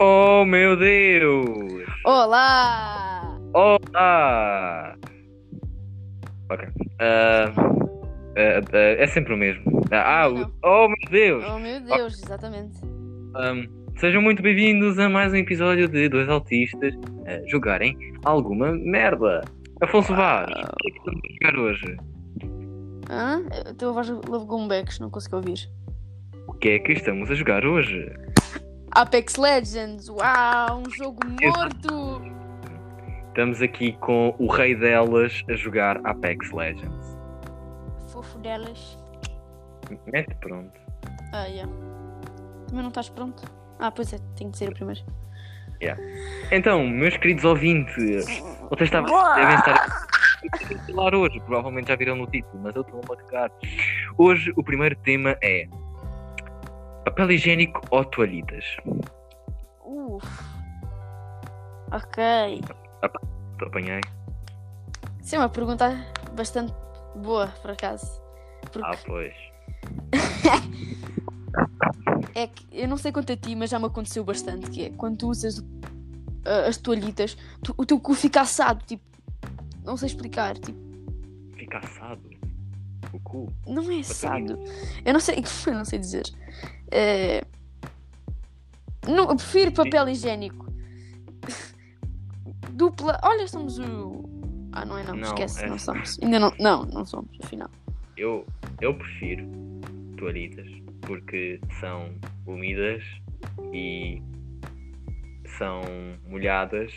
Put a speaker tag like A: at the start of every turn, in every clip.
A: Oh meu Deus!
B: Olá!
A: Olá! ah! Ok. Ah, ah, ah, é sempre o mesmo. Ah, o-
B: Não.
A: oh meu Deus!
B: Oh meu Deus, exatamente.
A: Ahm, sejam muito bem-vindos a mais um episódio de dois autistas ah, jogarem alguma merda. Afonso Vaz, o que é que estamos a jogar hoje?
B: Hã? A tua voz levou um becos, não consegui ouvir.
A: O que é que estamos a jogar hoje?
B: Apex Legends, uau, um jogo morto!
A: Estamos aqui com o rei delas a jogar Apex Legends.
B: Fofo delas.
A: Mete É, pronto.
B: Ah, yeah. Também não estás pronto? Ah, pois é, tenho que ser o primeiro.
A: Então, meus queridos ouvintes, vocês estavam, devem estar a falar hoje, provavelmente já viram no título, mas eu estou-me a cagar. Hoje o primeiro tema é papel higiênico ou toalhitas.
B: Uf. Ok.
A: Te apanhei.
B: Isso é uma pergunta bastante boa, por acaso. Porque
A: Ah, pois.
B: é que eu não sei quanto a ti, mas já me aconteceu bastante, que é quando tu usas ah, as toalhitas, tu- o teu cu fica assado, tipo, não sei explicar, tipo,
A: Fica assado. O cu.
B: não é assado. Eu não sei, eu não sei dizer. É, Não, eu prefiro papel higiênico. Dupla. Olha, somos o. Ah, não é não,
A: Não,
B: esquece,
A: é-
B: não somos. Ainda não, não, não somos, afinal.
A: Eu, eu prefiro toalhitas porque são úmidas e são molhadas.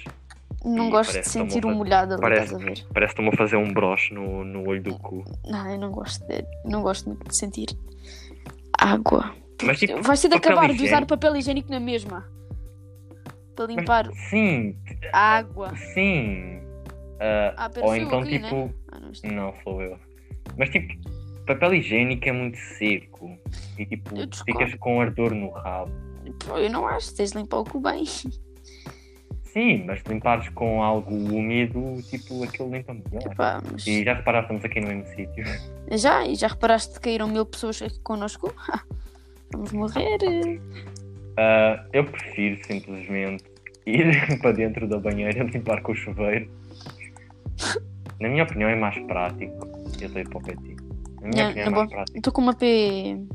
B: Não
A: Ih,
B: gosto de
A: parece que
B: sentir
A: estão
B: o
A: a
B: molhado ali,
A: Parece,
B: estás a ver?
A: parece que estão a fazer um broche no, no olho do cu.
B: Não, eu não gosto de, não gosto muito de sentir água.
A: Mas tipo,
B: Vais ter de
A: papel
B: acabar de
A: higiênico.
B: usar papel higiênico na mesma. Para
A: é,
B: limpar
A: sim,
B: a água.
A: sim. Ah,
B: Ah,
A: ou
B: apareceu
A: então
B: aqui, né?
A: tipo.
B: Ah, não, isto-
A: Não, sou eu. Mas tipo, papel higiênico é muito seco. E tipo,
B: Eu discordo.
A: ficas com ardor no rabo.
B: Pô, eu não acho, tens de limpar o cu bem.
A: Sim, mas se limpares com algo úmido, tipo, aquilo limpa melhor.
B: Epá, mas é
A: E já reparaste, estamos aqui no mesmo sítio.
B: já, e já reparaste que caíram mil pessoas aqui connosco? Ah, Vamos morrer. eh.
A: Ah, eu prefiro simplesmente ir para dentro da banheira limpar com o chuveiro. Na minha opinião é mais prático. Eu sei para o PT. Na minha opinião
B: Não,
A: é mais
B: na boa.
A: prático.
B: Estou com uma P.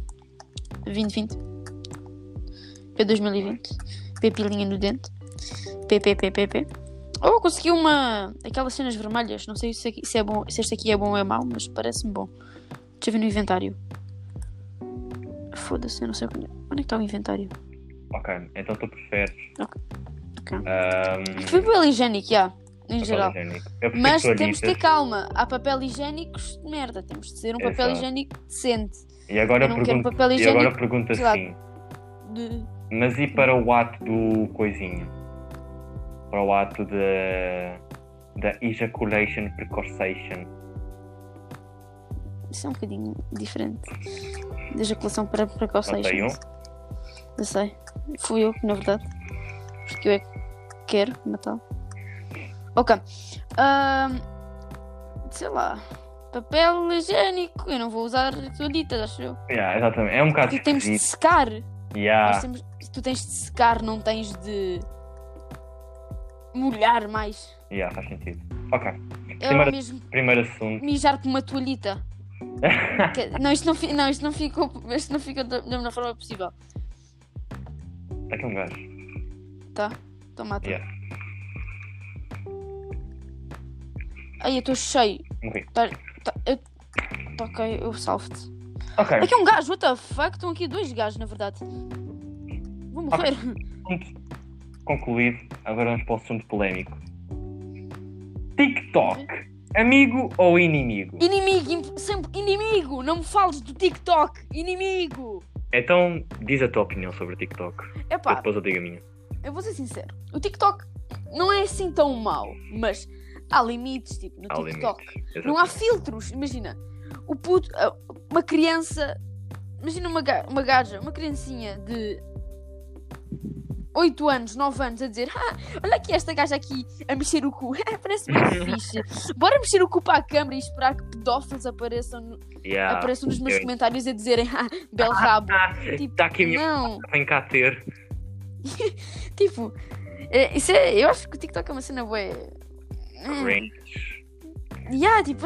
B: 2020. P 2020. P pilinha no dente. P, P, P, P, P. Oh, consegui uma. Aquelas cenas vermelhas. Não sei se, aqui- se é bom, se este aqui é bom ou é mau, mas parece-me bom. Deixa eu ver no inventário. Foda-se, eu não sei onde onde é que está o inventário.
A: Ok, então tu preferes.
B: Ok. Ok.
A: ahm,
B: Foi papel higiênico, já. Em
A: papel
B: geral.
A: higiênico. Eu prefiro
B: Mas temos
A: toalhitas.
B: de ter calma. Há papel higiênicos de merda. Temos de ser um papel
A: Exato.
B: higiênico decente.
A: E agora
B: Eu não quero
A: pergunto-
B: um é papel
A: e
B: higiênico
A: agora pergunta
B: sei lá.
A: assim.
B: De...
A: Mas e para o ato do coisinho? Para o ato da. da ejaculation precocation.
B: Isso é um bocadinho diferente. Da ejaculação para precoceis.
A: Não
B: mas- Eu sei. Fui eu, na verdade. Porque eu é que quero matá-lo. Ok. Ahm, sei lá. Papel higiênico. Eu não vou usar toalhitas, acho eu.
A: Yeah, exatamente. É um bocado
B: Porque temos de
A: esquisito. Ah.
B: secar. Nós
A: Yeah.
B: temos- Tu tens de secar, não tens de molhar mais.
A: yeah, faz sentido. Ok.
B: É
A: Primeiro-
B: o mesmo
A: Primeiro assunto.
B: mijar com uma toalhita. Que- não, isto não, fi- não, isto não ficou, isto não ficou da da melhor forma possível.
A: Está aqui um gajo.
B: Toma, toma.
A: Yeah.
B: Ai, eu estou cheio.
A: Morri.
B: Tá, eu... tá, Ok, eu salvo-te.
A: Ok.
B: Aqui é um gajo, what the fuck? Estão aqui dois gajos, na verdade. Vou
A: Ah,
B: morrer.
A: Assunto concluído. Agora vamos para o assunto polémico. TikTok. Amigo ou inimigo?
B: Inimigo, imp- sempre inimigo. Não me fales do TikTok. Inimigo.
A: Então, diz a tua opinião sobre o TikTok. Eu
B: Epá,
A: depois eu digo a minha.
B: eu vou ser sincero. O TikTok não é assim tão mau, mas há limites, tipo, no
A: Há
B: TikTok.
A: limites.
B: Não há
A: Exatamente.
B: filtros, imagina. O puto, a- uma criança, imagina uma, ga- uma gaja, uma criancinha de 8 anos, 9 anos a dizer ah, olha aqui esta gaja aqui a mexer o cu, Ah, parece muito fixe. Bora mexer o cu para a câmara e esperar que pedófilos apareçam, no-
A: Yeah.
B: apareçam nos um meus
A: eu-
B: comentários a dizerem ah, belo rabo.
A: Ah,
B: Tipo,
A: tá aqui a minha
B: não,
A: Vem cá ter.
B: Tipo, é, isso é, eu acho que o TikTok é uma cena boa. Hum.
A: Cringe.
B: Yeah, tipo,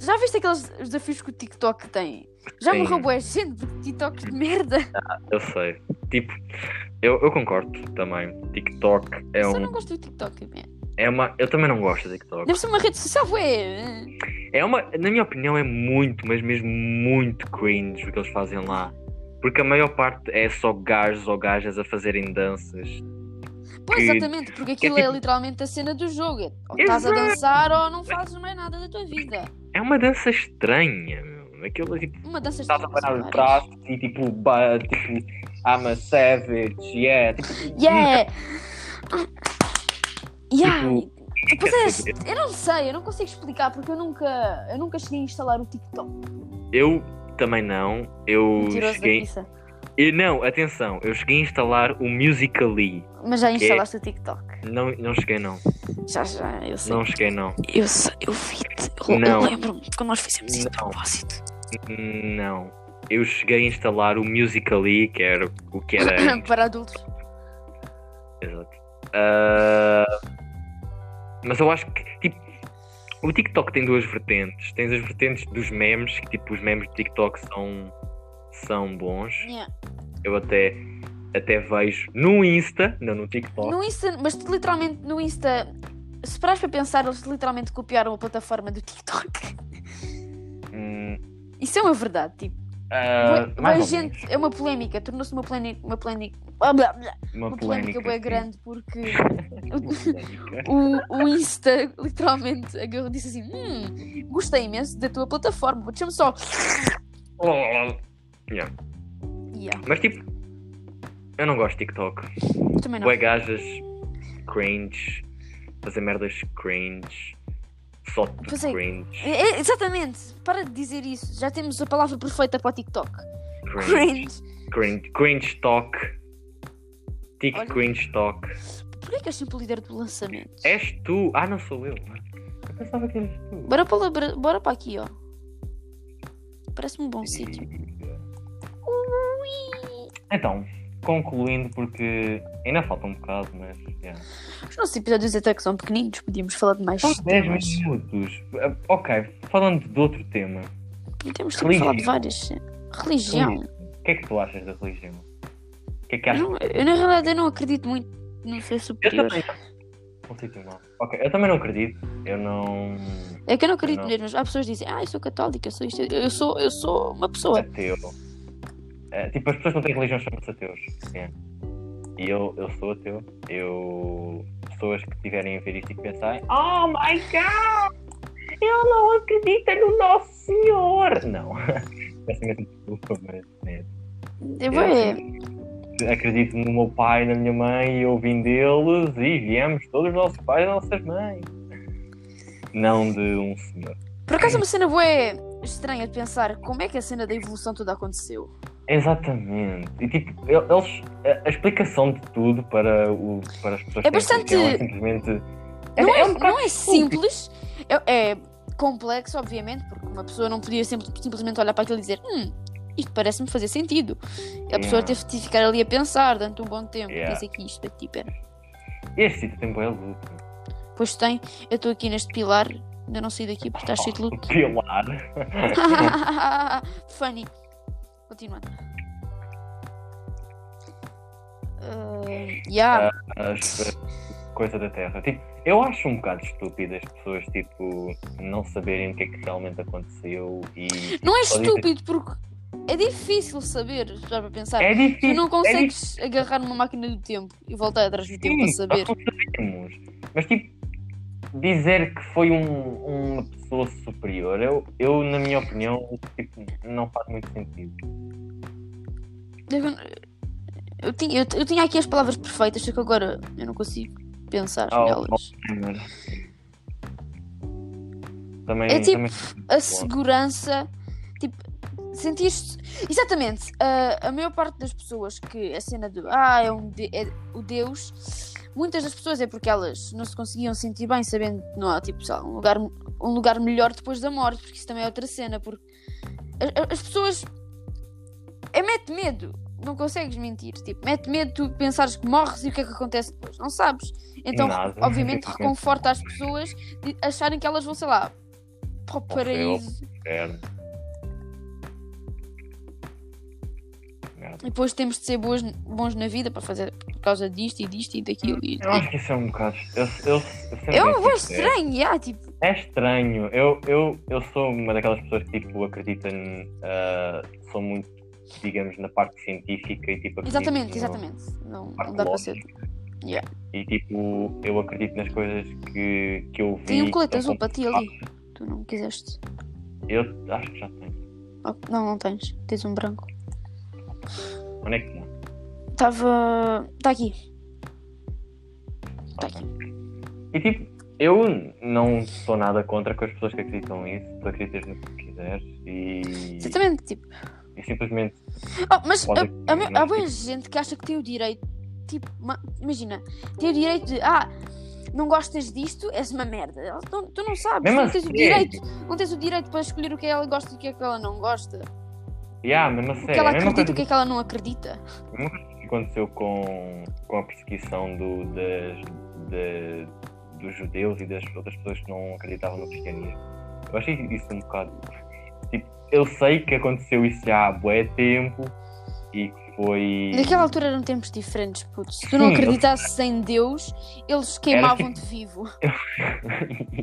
B: já viste aqueles desafios que o TikTok tem? Já
A: Sim.
B: morreu boa gente porque TikToks de merda.
A: Eu sei. Tipo, eu, eu concordo também. TikTok é
B: Só
A: um.
B: não gosto do TikTok, man.
A: É uma, eu também não gosto de TikTok.
B: Deve ser uma rede social, ué.
A: É uma, na minha opinião, é muito, mas mesmo muito cringe o que eles fazem lá. Porque a maior parte é só gajos ou gajas a fazerem danças.
B: Pois,
A: Que-
B: exatamente, porque aquilo é
A: tipo-
B: literalmente a cena do jogo. é Ou estás a
A: Exato.
B: dançar ou não fazes mais nada da tua vida.
A: É uma dança estranha, meu. Aquilo tipo,
B: Uma dança
A: estás a
B: estranha,
A: parar
B: são
A: o braço e tipo, ba, tipo, I'm a savage, yeah. Tipo,
B: várias. Yeah! Yeah!
A: Tipo,
B: Pois é, eu não sei, eu não consigo explicar porque eu nunca, eu nunca cheguei a instalar o TikTok.
A: Eu também não. Eu
B: Mentiroso da
A: cheguei.
B: pizza.
A: Eu, não, atenção, eu cheguei a instalar o Musical.ly.
B: Mas já
A: Que é-
B: instalaste o TikTok.
A: Não, não cheguei não.
B: Já, já, eu sei.
A: Não cheguei não.
B: Eu sei, eu vi-te. Eu, eu
A: Não.
B: lembro-me de quando nós fizemos isso de
A: Não.
B: propósito.
A: Não. Eu cheguei a instalar o Musical.ly, que era o que era
B: Para adultos.
A: Exato. Ah, mas eu acho que, tipo, o TikTok tem duas vertentes. Tens as vertentes dos memes, que, tipo, os memes do TikTok são, são bons.
B: Yeah.
A: Eu até, até vejo no Insta, não no TikTok.
B: No Insta, mas literalmente no Insta, se parares para pensar, eles literalmente copiaram a plataforma do TikTok.
A: Hum,
B: Isso é uma verdade, tipo.
A: ah,
B: bué-
A: mais
B: bué
A: ou
B: gente, é uma polémica, tornou-se uma polémica, uma polémica, blá, blá, blá,
A: menos.
B: uma polémica bem
A: sim.
B: grande porque
A: Uma polémica.
B: o, o Insta literalmente agarrou e disse assim: hum, gostei imenso da tua plataforma, vou deixar-me só.
A: Oh,
B: Yeah,
A: Mas, tipo, eu não gosto de TikTok.
B: também não.
A: Bué gajas cringe, fazer merdas cringe, só tudo
B: Pois é.
A: cringe,
B: É- é- exatamente, para de dizer isso, já temos a palavra perfeita para o TikTok.
A: cringe,
B: Cringe.
A: cringe, cringe talk, tic
B: Olha.
A: cringe talk.
B: Porquê que és sempre o líder do lançamento?
A: És tu? Ah, não sou eu. Eu pensava que eras tu.
B: Bora para, lá- bora- bora para aqui, ó. Parece-me um bom sítio.
A: Então, concluindo, porque ainda falta um bocado, mas. yeah.
B: Os nossos episódios até que são pequeninos, podíamos falar de mais
A: São 10
B: temas.
A: minutos. Ah, Ok, falando de outro tema,
B: Temos tempo de falar de
A: Religião.
B: várias. Religião.
A: o que é que tu achas da religião? O que é que
B: Eu,
A: achas?
B: não- eu, na realidade eu não acredito muito no ser
A: Eu
B: superior.
A: também. Não sei tu não. Ok, eu também não acredito. Eu não.
B: É que eu não acredito
A: Não.
B: mesmo. Há pessoas que dizem, ah, eu sou católica, eu sou isto. Eu sou, eu sou uma pessoa.
A: Ateu. É, tipo, as pessoas que não têm religião chamam-se ateus. É. E eu, eu sou ateu. Eu. Pessoas que tiverem a ver isto e que pensarem, oh my god! Eu não acredito no Nosso Senhor! Não. Peço mesmo desculpa, mas. né,
B: Eu vou, é,
A: eu acredito no meu pai e na minha mãe e eu vim deles e viemos todos os nossos pais e nossas mães. Não de um senhor.
B: por acaso é uma cena boa estranha de pensar como é que a cena da evolução toda aconteceu.
A: Exatamente. E tipo, el- eles. A, a explicação de tudo para, o, para as pessoas que
B: É
A: têm
B: bastante-
A: religião é simplesmente.
B: Não é,
A: um bocado
B: não é simples, é, é complexo, obviamente, porque uma pessoa não podia sim- simplesmente olhar para aquilo e dizer, hum, isto parece-me fazer sentido. E a pessoa
A: Yeah.
B: teve de ficar ali a pensar durante um bom tempo.
A: Yeah.
B: Pensa aqui, isto é, aqui, pera.
A: Este tipo sítio tem boa luta.
B: Pois tem, eu estou aqui neste pilar, ainda não saí daqui porque está cheio de
A: O
B: luto.
A: pilar.
B: Funny. Continuando. Eh, yeah.
A: Ah, As, a coisa da Terra. Tipo, eu acho um bocado estúpido as pessoas, tipo, não saberem o que é que realmente aconteceu e.
B: Não é
A: só dizer-
B: estúpido porque é difícil saber, se para pensar.
A: É
B: Tu
A: difícil.
B: não
A: é difícil.
B: consegues agarrar uma máquina do tempo e voltar atrás do tempo para
A: Sim,
B: saber.
A: nós não sabemos. Mas tipo, dizer que foi um- uma pessoa superior, eu, eu na minha opinião, tipo, não faz muito sentido.
B: Eu, eu tinha, eu, eu tinha aqui as palavras perfeitas, só que agora eu não consigo pensar
A: Oh,
B: nelas.
A: Também,
B: É tipo,
A: também...
B: A segurança, tipo, sentiste. Exatamente, ah, a, a maior parte das pessoas que a cena do. Ah, é, um de- é o Deus. Muitas das pessoas é porque elas não se conseguiam sentir bem sabendo que não há tipo, sei lá, um, lugar, um lugar melhor depois da morte, porque isso também é outra cena. Porque a- a- as pessoas. É mete medo, não consegues mentir. Tipo, mete medo, tu pensares que morres e o que é que acontece depois? Não sabes. Então,
A: Nada.
B: obviamente, reconforta as pessoas de acharem que elas vão, sei lá, para o paraíso.
A: Inferno.
B: E depois temos de ser boas, bons na vida para fazer por causa disto e disto e daquilo. E...
A: Eu acho que isso é um bocado. Eu, eu, eu, sempre
B: Eu
A: disse
B: vou
A: isto, é-
B: estranho, yeah, tipo,
A: É estranho. Eu, eu, eu sou uma daquelas pessoas que tipo, acredita em, ah, sou muito, digamos, na parte científica e tipo. acredito
B: exatamente,
A: no-
B: exatamente. Não,
A: parte
B: não dá para ser.
A: lógica.
B: Yeah.
A: E tipo, eu acredito nas coisas que, que eu vi.
B: Tem um
A: que
B: colete
A: são
B: azul para ti
A: comprovadas.
B: ali. Tu não quiseste.
A: Eu acho que já tenho.
B: Oh, não, não tens. Tens um branco.
A: Onde é que não?
B: Estava. Está tá aqui. Está Tá aqui.
A: E tipo, eu não sou nada contra com as pessoas que acreditam nisso. Tu acreditas no que quiseres e,
B: Exatamente, tipo.
A: e simplesmente.
B: Oh, mas
A: Pode-
B: há- há me- há boa gente que acha que tem o direito. Tipo, ma- imagina, tem o direito de. Ah, não gostas disto, és uma merda. Ela- Tu, tu não sabes,
A: Mesmo
B: não tens, o
A: assim.
B: direito, não tens o direito para escolher o que ela gosta e o que é que ela não gosta.
A: Yeah, mesmo a
B: O
A: sério.
B: que ela
A: a mesma
B: acredita
A: coisa
B: e o é que é que ela não acredita.
A: O que aconteceu com, com a perseguição do, das, de- dos judeus e das outras pessoas que não acreditavam no cristianismo? Eu achei isso um bocado. Tipo, eu sei que aconteceu isso já há bué tempo e que foi.
B: Naquela altura eram tempos diferentes, puto. Se tu não
A: Sim, eu-
B: acreditasses em Deus, eles queimavam-te vivo.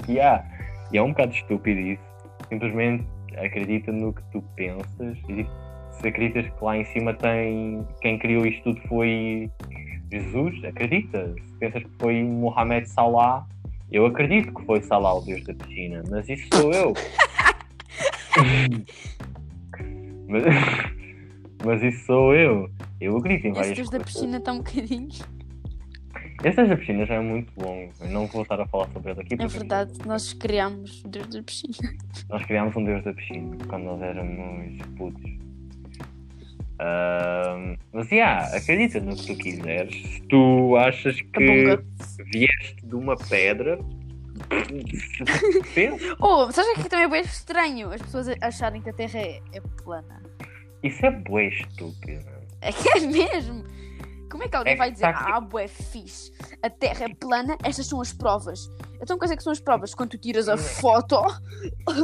A: Yeah. E é um bocado estúpido isso. Simplesmente acredita no que tu pensas e tipo, se acreditas que lá em cima tem. Quem criou isto tudo foi Jesus, acredita. Se pensas que foi Mohamed Salah, eu acredito que foi Salah o Deus da piscina, mas isso sou eu. mas, mas isso sou eu. Eu acredito em
B: Esse
A: várias
B: Deus da
A: coisas.
B: piscina está um bocadinho.
A: Esse Deus da piscina já é muito longo. Eu não vou estar a falar sobre ele aqui.
B: É
A: porque-
B: verdade, nós criámos o Deus da piscina.
A: Nós criámos um Deus da piscina quando nós éramos putos. Ahm, mas yeah, acredita no que tu quiseres. Se tu achas que
B: Cabunga.
A: vieste de uma pedra, pensa.
B: Oh, sabes o que é que também é bem estranho? As pessoas acharem que a Terra é, é plana.
A: Isso é bué estúpido.
B: É que é mesmo! Como é que alguém
A: É que
B: vai dizer,
A: tá aqui-
B: ah, bué, fixe, a Terra é plana, estas são as provas. Então, quais é que são as provas? Quando tu tiras a foto...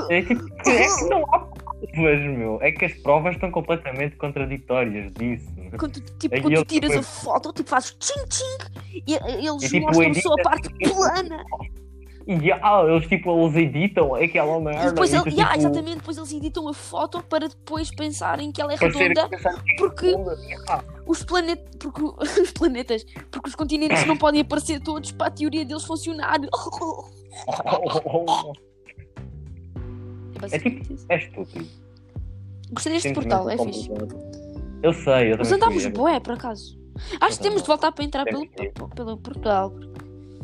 A: É tipo, que- é que não há provas, meu. É que as provas estão completamente contraditórias disso.
B: Quando, tu- tipo,
A: É que
B: quando tu
A: eles
B: tiras a
A: também-
B: foto, tipo, fazes tchim-tchim e e eles
A: É tipo,
B: mostram
A: edita-
B: só a parte plana.
A: E ah, eles tipo, eles editam aquela merda.
B: E depois,
A: e
B: ele,
A: tu,
B: yeah,
A: tipo,
B: exatamente, depois eles editam a foto para depois pensarem que ela é
A: parecer-
B: redonda porque os planetas. Porque o- os planetas. Porque os continentes não podem aparecer todos para a teoria deles funcionar.
A: tipo É tipo- É estúpido.
B: Gostei deste
A: Simplesmente
B: portal, é fixe.
A: complicado. Eu sei, eu
B: Nós
A: também
B: andámos
A: fui,
B: boé, por acaso. Acho que temos de voltar para entrar pelo,
A: Deve ser.
B: pelo portal.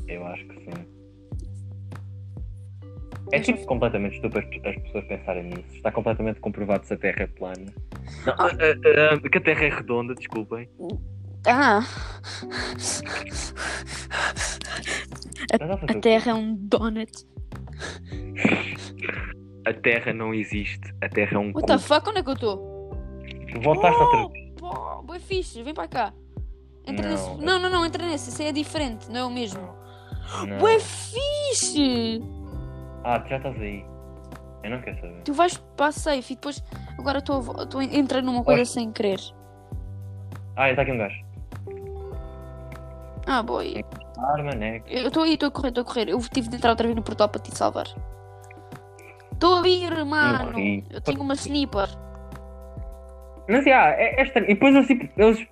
A: Eu acho que sim. É tipo completamente estúpido as pessoas pensarem nisso. Está completamente comprovado se a Terra é plana. Não,
B: Ah.
A: a- a- a- que a Terra é redonda, desculpem.
B: Ah!
A: Mas dá para
B: A
A: fazer o quê?
B: Terra é um donut.
A: A Terra não existe. A Terra é um
B: What the
A: cu.
B: fuck? Onde é que eu estou?
A: Tu voltaste outra vez.
B: Pô, boi fixe, vem para cá. Entra
A: Não,
B: nesse.
A: eu-
B: Não, não, não, entra nesse. Esse aí é diferente, não é o mesmo.
A: Não.
B: Oh, Bué fixe!
A: Ah, tu já estás aí. Eu não quero saber.
B: Tu vais para a safe e depois. Agora estou a vo- estou a entrar numa coisa
A: Olha.
B: sem querer.
A: Ah, está aqui um gajo.
B: Ah, boi.
A: Arma, né?
B: Eu estou aí, estou a correr, estou a correr. Eu tive de entrar outra vez no portal para te salvar. Estou a vir, mano!
A: ri.
B: Eu tenho uma sniper.
A: Mas já, é, é estranho. E depois eles, tipo, eles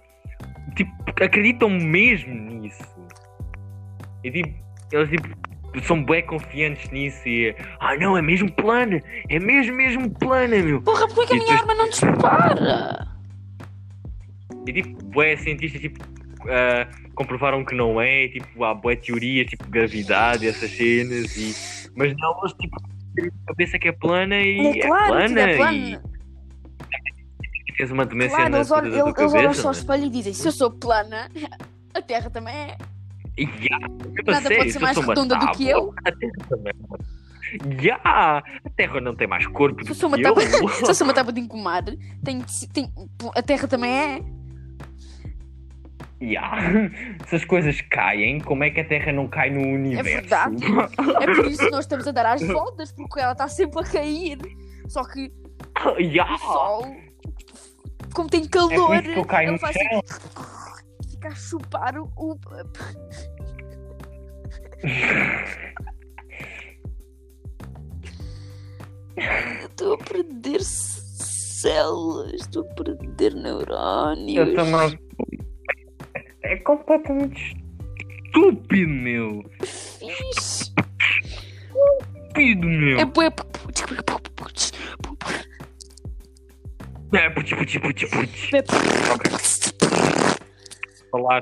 A: tipo, acreditam mesmo nisso. E tipo, eles tipo, são bem confiantes nisso e ah não, é mesmo plano, é mesmo, mesmo plano, meu.
B: Porra, porquê que a
A: E
B: minha
A: tu-
B: arma não dispara?
A: E tipo, bué cientistas tipo, ah, comprovaram que não é, e, tipo, há bué teorias, tipo gravidade, essas cenas e. Mas não, eles tipo, têm a cabeça que é plana e
B: É claro, tudo é
A: e
B: plano.
A: tens uma demência
B: Claro,
A: na
B: eles olham,
A: altura da
B: eles,
A: tua
B: eles olham
A: cabeça, é? né?
B: só ao
A: mas-
B: espelho e dizem: se eu sou plana, a Terra também é.
A: E yeah, eu
B: Nada
A: sei,
B: pode ser
A: eu
B: mais
A: sou uma
B: redonda do que eu.
A: tábua. A Terra também. Yeah, a Terra não tem mais corpo
B: Se
A: do
B: eu sou uma
A: que
B: tábua,
A: eu.
B: se eu sou uma tábua de encomar, tem, de se- tem- a Terra também é.
A: Yeah. Se as coisas caem, como é que a Terra não cai no universo?
B: verdade. É por isso que nós estamos a dar às voltas, porque ela está sempre a cair. Só que
A: Yeah.
B: o sol, como tem
A: É por
B: calor,
A: isso que eu caio
B: ele
A: no
B: vai
A: chão.
B: ficar a chupar o. o- Estou a perder células, estou a perder neurônios.
A: Eu também. É completamente estúpido, meu.
B: Ixi.
A: Estúpido, meu.
B: É
A: É,
B: bué.
A: É, puti, puti, puti, puti. Falar.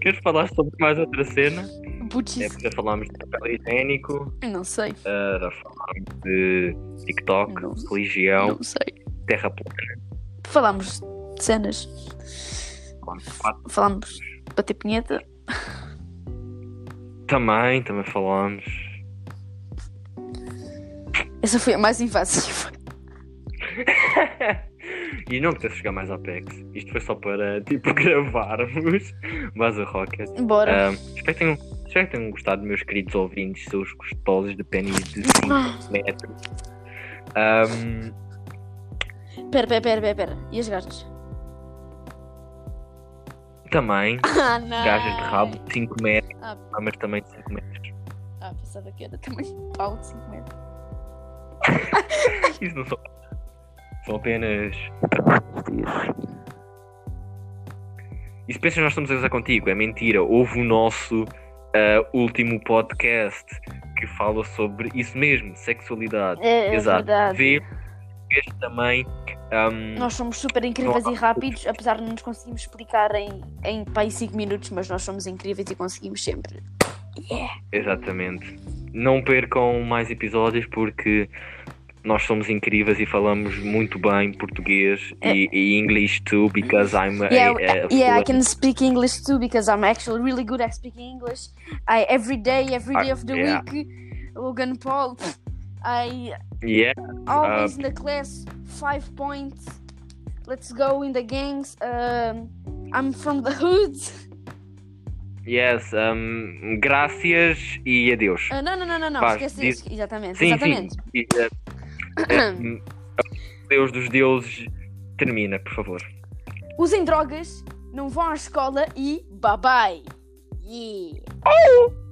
A: Queres falar sobre mais outra cena? É
B: Butis.
A: porque falámos de papel higiênico,
B: Não sei.
A: ah, já falámos de TikTok,
B: Não.
A: religião,
B: Não sei.
A: terra plana.
B: Falámos de cenas.
A: Falámos de quatro.
B: Falámos de bater pinheta.
A: Também, também falámos.
B: Essa foi a mais invasiva.
A: E não queres chegar mais à PEX. Isto foi só para, tipo, gravarmos. Mas a Rocket.
B: Bora.
A: Ah, espero, que tenham, espero que tenham gostado, meus queridos ouvintes, seus gostosos de pênis de
B: Ah.
A: 5 metros. Ah, Ahm,
B: Pera, pera, pera, pera, pera. E as gajas?
A: também,
B: Ah, não.
A: gajas de rabo de 5 metros,
B: Ah.
A: ah, mas também de 5 metros.
B: Ah, pensava que era também de pau de 5 metros.
A: Isso não são. São apenas. E se pensas que nós estamos a gozar contigo, é mentira. Houve o nosso ah, último podcast que fala sobre isso mesmo, sexualidade.
B: É, é
A: Exato.
B: verdade.
A: Vê, este também. ahm,
B: Nós somos super incríveis e rápidos, apesar de não nos conseguirmos explicar em, em pai 5 minutos, mas nós somos incríveis e conseguimos sempre.
A: Exatamente. Não percam mais episódios porque nós somos incríveis e falamos muito bem português
B: É.
A: e, e English too, because I'm a,
B: Yeah,
A: a- a
B: Yeah, I
A: fluent-
B: can speak English too because I'm actually really good at speaking English. I every day, every
A: Ah,
B: day of the
A: yeah.
B: week, Logan Paul. pff, I
A: Yeah,
B: always
A: Uh,
B: in the class five points. Let's go in the gangs. Um, I'm from the hoods.
A: yes, um, gracias e adeus.
B: Ah, não, não, não, não, não.
A: Pá,
B: Esquece
A: diz-
B: isso. Exatamente,
A: sim,
B: exatamente.
A: sim. E, uh, Deus dos deuses, termina, por favor.
B: Usem drogas, não vão à escola e bye bye. Yeah.